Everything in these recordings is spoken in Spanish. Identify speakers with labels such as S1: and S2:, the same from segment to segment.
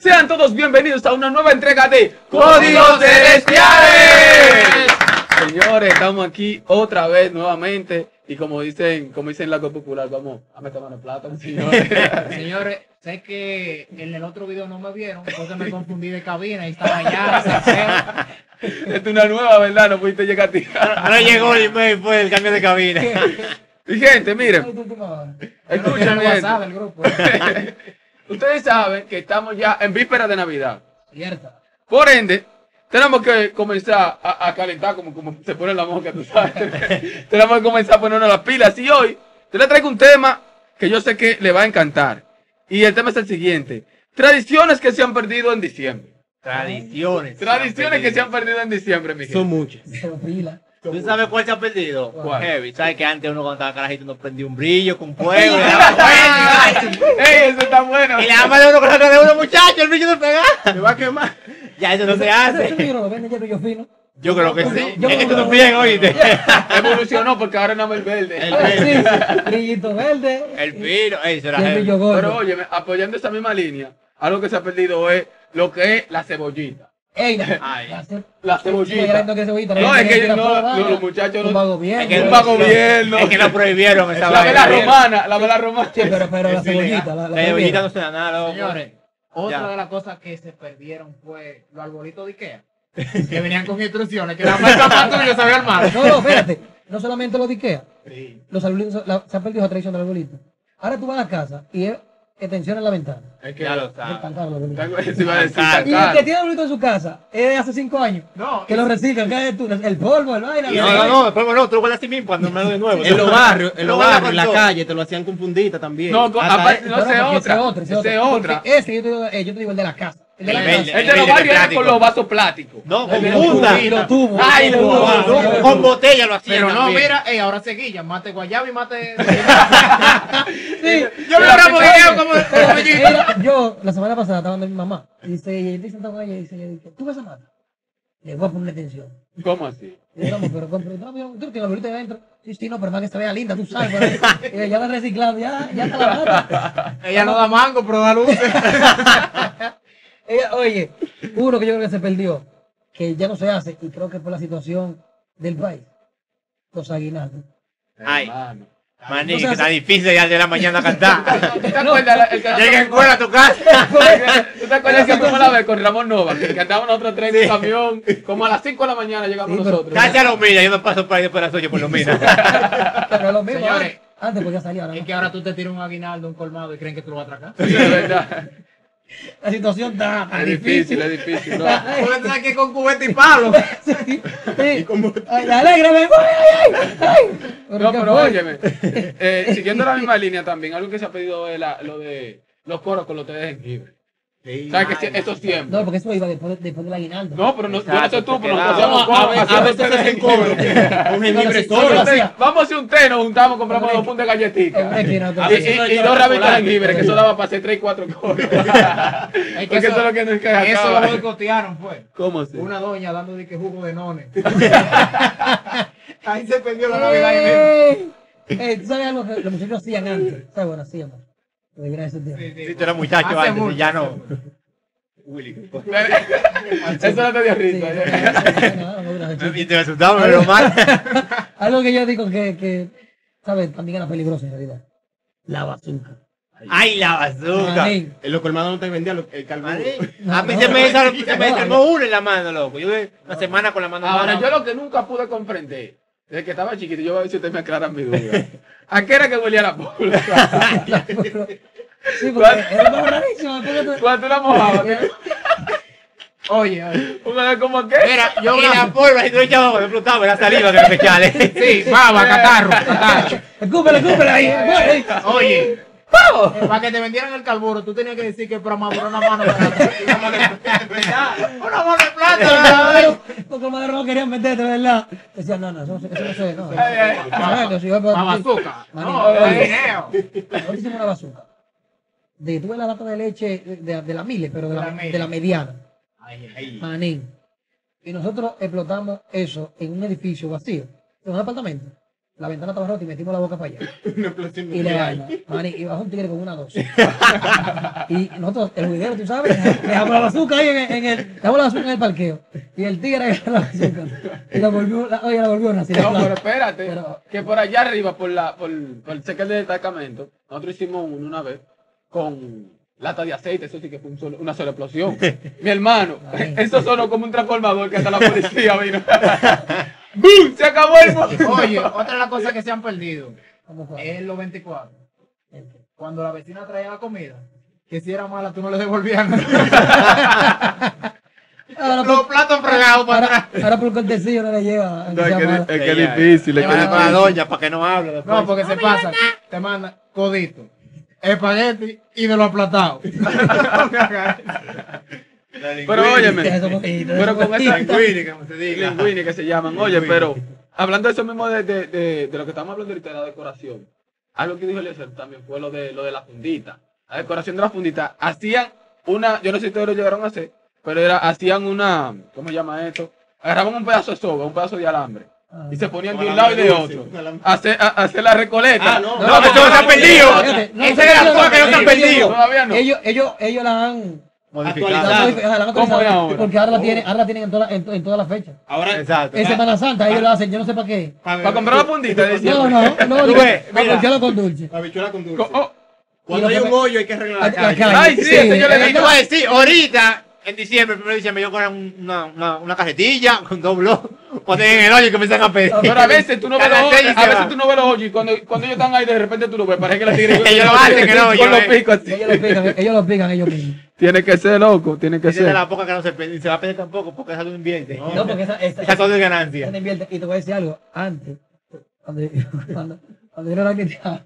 S1: Sean todos bienvenidos a una nueva entrega de Códigos Celestiales. Señores, estamos aquí otra vez nuevamente y como dicen, como dicen la popular, vamos a meter mano en plata, señores.
S2: Señores, sé que en el otro video no me vieron, entonces me confundí de cabina y estaba allá. salseo.
S1: Esta es una nueva, ¿verdad? No pudiste llegar a ti.
S3: Ahora Ah, llegó el email, fue el cambio de cabina.
S1: Y gente, miren,
S2: Escucha
S1: Escuchen
S2: el
S1: esto.
S2: WhatsApp del grupo.
S1: ustedes saben que estamos ya en víspera de Navidad.
S2: Cierto.
S1: Por ende, tenemos que comenzar a, a calentar, como, como se pone la mosca, tú sabes. tenemos que comenzar a ponernos las pilas. Y hoy, te le traigo un tema que yo sé que le va a encantar. Y el tema es el siguiente. Tradiciones que se han perdido en diciembre.
S3: Tradiciones.
S1: Tradiciones que se han perdido en diciembre, mi
S3: Son
S1: gente.
S3: muchas.
S2: Se pila.
S3: ¿Tú sabes cuál se ha perdido?
S1: ¿Cuál?
S3: Heavy. ¿Sabes que antes uno cuando estaba carajito no prendía un brillo con fuego? le daba fuego, y
S1: ¡Ey, eso está bueno!
S3: le daba más de uno con la cara de uno, muchacho, el brillo se pega. Me va a quemar. Ya eso no se
S2: Ese
S3: hace.
S2: libro lo venden ya brillo fino.
S3: Yo creo que sí.
S2: Yo
S3: es que
S2: creo
S3: tú
S2: que-
S3: bien, oíste.
S1: Evolucionó porque ahora no el verde.
S3: El
S2: Sí,
S3: verde,
S2: sí, brillito verde
S3: el piro, eso
S2: y
S3: era
S2: el brillo
S3: heavy.
S1: Pero
S2: gordo.
S1: oye, apoyando esa misma línea, algo que se ha perdido es lo que es la cebollita.
S2: Ey,
S3: Ay.
S2: la ce-
S1: La
S2: Sí,
S1: cebollita.
S2: grande que cebollita,
S1: No,
S2: la
S1: es que
S2: gente
S1: no,
S2: tira
S1: los- los
S2: por-
S1: muchachos
S2: Un
S1: no-
S2: vago bien.
S3: Es que-
S1: Un vago gobierno.
S3: Es que la prohibieron esa
S1: La vela
S3: vaina.
S1: romana, la vela romana.
S2: Sí, pero, pero la
S3: Es ilegal.
S2: cebollita, la,
S3: La cebollita
S2: primera.
S3: no se da nada, loco.
S2: Señores, otra
S3: Ya.
S2: de las cosas que se perdieron fue los arbolitos de Ikea. Que venían con instrucciones, que la marca más tuyo sabía armar.
S4: No, no, espérate. No solamente los de Ikea.
S3: Sí.
S4: Los arbolitos, la- se ha perdido la tradición del arbolito. Ahora tú vas a la casa y es extensión en la ventana.
S1: Es que
S3: Ya lo
S4: Es tan
S3: sabes.
S4: caro el arbolito.
S1: Tengo- eso iba a decir,
S3: Tan
S1: tan
S4: Y el
S1: caro.
S4: que tiene arbolito en su casa es de hace cinco años.
S2: No,
S4: Que lo reciclan, que es tú, el polvo, el vaina.
S3: No, no, no, después no, tú lo guardas así mismo cuando me lo de nuevo.
S5: En los barrios, en
S3: Lo
S5: los
S3: guardas
S5: barrios, en la
S3: con todo.
S5: calle, te lo hacían con fundita también.
S1: No, co-
S5: Hasta
S1: aparte,
S5: e-
S1: no sé otra. Ese es otra. Este
S4: Este, yo te, digo, eh, yo te digo el de la casa. El de la
S3: El
S4: casa.
S3: verde.
S1: El de los
S3: de
S1: barrios era
S3: plástico.
S1: con los vasos plásticos.
S3: No,
S4: El de
S3: con
S4: la
S3: funda.
S4: tubo, Y los tubos.
S1: Ay,
S4: Los
S1: los
S4: tubos,
S5: Oh,
S1: tubos,
S4: los
S3: Con-
S4: tubos.
S3: Con botella lo hacían.
S2: pero no,
S3: también.
S2: mira, ey, ahora seguilla, mate guayaba y mate. eh,
S4: Sí.
S3: Yo me
S1: Pero
S3: ahora
S1: que-
S3: mogueo como como bellito.
S4: Mira, yo la semana pasada estaba hablando de mi mamá. Y dice, y ella sentada con ella y dice, ella dice, ¿tú vas a matar? Le voy a poner atención.
S1: ¿Cómo así?
S4: Y yo, vamos, pero compro, no, mira, tú tienes la bolita de adentro. Sí, sí, no, pero para que se vea linda, tú sabes. por ahí. Y yo, ya la he reciclado, ya, ya está la mata.
S2: Ella no da mango, pero da luz.
S4: Ella, Eh, oye, uno que yo creo que se perdió, que ya no se hace, y creo que por la situación del país, los aguinaldos.
S3: Ay.
S1: Hermano.
S3: Maní,
S4: O
S3: que
S4: sea,
S3: está
S4: se-
S3: difícil ya de la mañana cantar.
S1: ¿Tú te acuerdas la- el que
S3: Llega en cuero a tu casa.
S1: ¿Tú te acuerdas que fuimos la vez con Ramón Nova? Que cantábamos nosotros tres en un camión. Como a las 5 de la mañana llegamos
S4: Sí, pero-
S1: nosotros.
S3: Casi a los minas, yo no paso por ahí después de las ocho por los minas.
S4: Pero es lo mismo,
S2: Señores.
S4: antes, antes pues ya salía. ahora
S2: es
S4: no.
S2: que ahora tú te tiras un aguinaldo, un colmado y creen que tú lo vas a atracar.
S1: Sí, de verdad.
S4: La situación está
S1: Es
S4: tan
S1: Ah, difícil,
S4: difícil.
S1: es difícil. ¿no?
S4: Ay,
S2: Tú entras aquí con cubeta y palo.
S4: sí, sí. Ay, alegre, me voy, ay, ay, ay.
S1: No,
S4: ¿qué
S1: pero
S4: fue?
S1: óyeme, eh, siguiendo la misma línea también, algo que se ha pedido es la- lo de los coros con los té de jengibre. ¿Sabes que si- eso siempre?
S4: No, porque eso iba después, después del aguinaldo.
S1: No, pero no, yo no sé
S3: Exacto,
S1: tú, pero
S3: porque
S1: nosotros
S3: la-
S1: hacíamos
S5: No, a,
S1: coros,
S5: ve- a
S1: hacíamos
S5: veces
S1: té
S5: se
S1: de
S5: hacen
S1: jengibre.
S5: cobro. Con jengibre
S4: Ahora sí,
S1: Yo
S4: ahora
S5: solo.
S1: no sé, Vamos a hacer un té, nos juntamos, compramos dos puntos de
S4: Una
S1: galletitas.
S4: esquina, otra
S1: Y,
S4: esquina.
S1: y- y dos rabitas de jengibre, que eso daba para hacer tres y cuatro coros.
S2: Es
S1: Porque eso es lo que nos queda
S2: Eso
S1: acaba.
S2: lo boicotearon, fue.
S1: ¿Cómo así?
S2: Una doña dando de que jugo de nones. Ahí se perdió la Navidad y medio.
S4: ¡Ey! Ey, ¿Tú Eh, sabes algo que los muchachos hacían antes? ¿Sabes? Bueno, hacíamos. Lo de gracias a Dios.
S2: Sí, sí.
S3: Si tú eras muchacho
S2: Hace
S3: antes,
S2: mucho,
S3: y ya
S2: hace
S3: no.
S2: mucho.
S3: Willy.
S1: Eso no te dio
S4: Sí,
S1: risa.
S4: eso
S1: ¿eh?
S4: era- eso era- no, no, no, no,
S3: Y te asustaba, pero mal.
S4: Algo que yo digo que, que ¿sabes? También era peligroso en realidad. La bazooka.
S3: Ay, la bazooka.
S4: Manín.
S5: En los colmados no te vendían lo- el carbón.
S4: No,
S3: A mí
S4: no,
S3: se me
S4: no,
S3: desar-
S4: no,
S3: se me
S4: no,
S3: desarmó uno en la mano, loco. Yo duré una semana con la mano.
S1: Ahora,
S3: mala.
S1: yo lo que nunca pude comprender, desde que estaba chiquito, yo voy a ver si ustedes me aclaran mi duda. ¿A qué era que huelía la pólvora?
S4: Sí, porque era una rarísima, porque tú-
S1: Cuando tú la mojabas,
S2: Oye, oye.
S1: una vez como que...
S3: Mira, yo y la pólvora, si tú echabas, me explotaba la saliva que me echale.
S2: Sí, baba, catarro, catarro.
S4: Escúpela, escúpela ahí. ahí.
S2: Oye, eh, para que te vendieran el carburo, tú tenías que decir que para por una mano para una mano de plata. Una mano de plata.
S4: Claro, Los comadres no querían meterte, ¿verdad? Decían, no, no, eso no se- eso no se
S2: Eh,
S4: no. Ah, que si va
S2: Para
S4: para-
S2: bazooka.
S4: Manín,
S2: No, Eh,
S4: oye.
S2: dinero.
S4: Nosotros hicimos una bazooka. De, tuve la lata de leche de, de- de la mile, pero de
S2: De
S4: la,
S2: la Mile.
S4: de la mediana.
S3: Ay.
S4: Manín. Y nosotros explotamos eso en un edificio vacío, en un apartamento. la ventana estaba rota y metimos la boca para allá.
S5: Una explosión
S4: Y le
S5: nuclear.
S4: vaina. Maní, y bajó un tigre con una dos. y nosotros, el juidero, tú sabes, dejamos la bazooka ahí en, el- en el. Dejamos la bazooka en el parqueo. Y el tigre agarró la bazooka. Y la volvió, la, oye, la volvió una. así de
S1: No,
S4: plano.
S1: pero espérate,
S4: Pero-
S1: que por allá arriba, por la, por, por el sector de destacamento, nosotros hicimos uno una vez con lata de aceite, eso sí que fue un solo- una sola explosión. Mi hermano,
S4: Ay.
S1: eso sonó como un transformador que hasta la policía vino. ¡Bum! Se acabó el mundo.
S2: Oye, otra de las cosas que se han perdido
S4: Como cuatro.
S1: Eh.
S2: es los 24. Cuando la vecina traía la comida, que si era mala, tú no le devolvías nada.
S4: Ahora,
S2: Los
S4: por,
S2: platos fregados para atrás.
S4: ahora, ahora por cortesía no le lleva. aunque sea mala.
S3: es que es difícil,
S1: es
S3: Le
S1: que
S3: van a la doña para que no hable después.
S2: No, porque se pasa. Te manda codito, espagueti y de lo aplatado.
S1: Pero óyeme,
S4: Eso, poquito,
S1: pero
S4: eso,
S1: con
S4: poquito.
S1: esa-
S3: como se diga.
S1: linguini que se llaman. Oye, pero hablando de eso mismo de, de, de, de lo que estamos hablando ahorita de la decoración, algo que dijo Eliezer también fue lo de lo de la fundita. La decoración de la fundita. Hacían una, yo no sé si ustedes lo llegaron a hacer, pero era, hacían una, ¿cómo se llama esto? Agarraban un pedazo de soga, un pedazo de alambre.
S4: Ah.
S1: Y se ponían de
S5: Un
S1: un lado y de
S5: alambre
S1: otro.
S5: dulce, un alambre.
S1: Hacer, a- hacer la recoleta.
S5: Ah, no.
S1: No,
S5: No,
S1: eso no se ha perdido.
S4: Fíjate, no,
S3: Esa es la
S4: no,
S3: cosa que no se han
S4: ellos-
S3: perdido.
S1: Todavía no. Ah,
S4: Ellos, ellos, ellos la han.
S3: Modificado.
S4: la han-
S5: Claro.
S4: la han
S1: ¿Cómo
S4: actualizado,
S1: es ahora? Oh.
S4: Porque ahora la tienen, ahora la tienen en todas las- en to- en todas las fechas.
S5: Ahora,
S3: Exacto.
S1: Ah.
S4: En Semana Santa ellos la hacen, yo no sé para qué.
S1: Para comprar la fundita de
S4: No,
S1: diciembre.
S4: no, no,
S3: Tú ves,
S4: no,
S3: mira.
S4: porque yo lo con dulce.
S5: La habichuela con dulce.
S1: Co- oh,
S5: Cuando
S4: Y
S5: hay
S4: lo que
S5: un
S4: me-
S5: hoyo hay que arreglar
S4: Ay,
S5: la calle.
S4: calle.
S1: Ay, sí, eso yo le
S3: Yo
S1: dije.
S3: te voy a decir, ahorita, en diciembre, el primero de diciembre, yo cojo un- una, una, una cajetilla, un doblón, ponen en el hoyo y comienzan a pedir.
S1: Pero a veces tú no ves los
S3: Cada seis
S1: ojos, a
S3: se
S1: veces
S3: va.
S1: tú no ves los ojos y cuando, cuando ellos están ahí de repente tú lo ves, parece que la tigre
S3: Ellos lo hacen, que no, yo,
S1: con los
S3: eh.
S1: picos así.
S4: Ellos lo pican, ellos lo pican ellos mismos.
S1: Tiene que ser loco, tiene que
S3: Esa es de
S1: ser.
S3: la poca que no se pide, y se va a pedir tampoco, porque esa es un invierte.
S4: No, porque esa, esa,
S3: Esa todo es
S4: esa
S3: ganancia.
S4: te invierte. Y te voy a decir algo, antes, cuando, cuando, cuando yo era cristiano,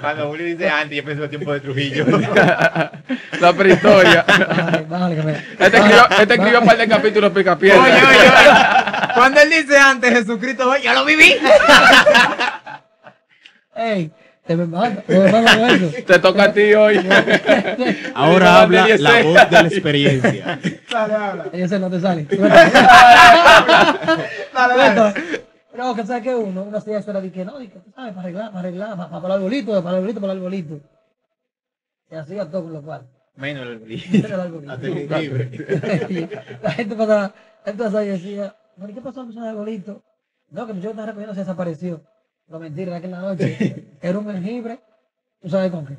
S3: Cuando Julio dice antes, yo pienso en el tiempo de Trujillo.
S1: La prehistoria.
S4: bájale, bájale, que me-
S1: Este escribió, este escribió un par de capítulos pica piedra.
S3: Oye, oye, oye.
S2: Cuando él dice antes Jesucristo, "Oye, yo lo viví.
S4: Ey, te me mata, te me mata con eso.
S1: Te toca a ti hoy.
S5: Ahora habla la voz de la
S1: espíritu.
S5: experiencia.
S2: Dale, habla.
S4: Ellos se no te sale.
S2: Dale, dale.
S4: Cuento. No, que sabes que uno, uno hacía eso era de que no, de que tú sabes, para arreglar, para arreglar, para, para el arbolito, para el arbolito, para el arbolito. Se hacía todo con lo cual.
S3: Menos el brillo.
S4: Pero el arbolito.
S5: Hasta que libre.
S4: la gente pasaba, la gente pasaba y decía, "Mari, ¿qué pasó con ese arbolito? No, que yo estaba recogiendo se desapareció. No, mentira, era que en la noche era un jengibre, tú sabes con qué.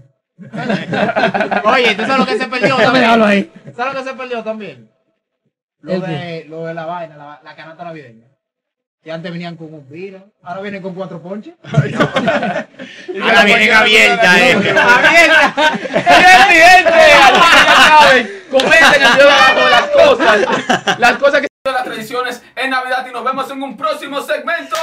S2: Oye, ¿tú sabes lo que se perdió
S4: Déjame dejarlo
S2: también?
S4: ahí.
S2: ¿Sabes lo que se perdió también? Lo,
S4: ¿El
S2: de, lo de la vaina, la, la canasta navideña. Que antes venían con un pira, ahora vienen con cuatro ponches.
S3: Ahora vienen abiertas, eh.
S2: Abierta.
S1: mi gente! Ya saben, comenten aquí abajo las cosas. Las cosas que son las tradiciones en Navidad y nos vemos en un próximo segmento.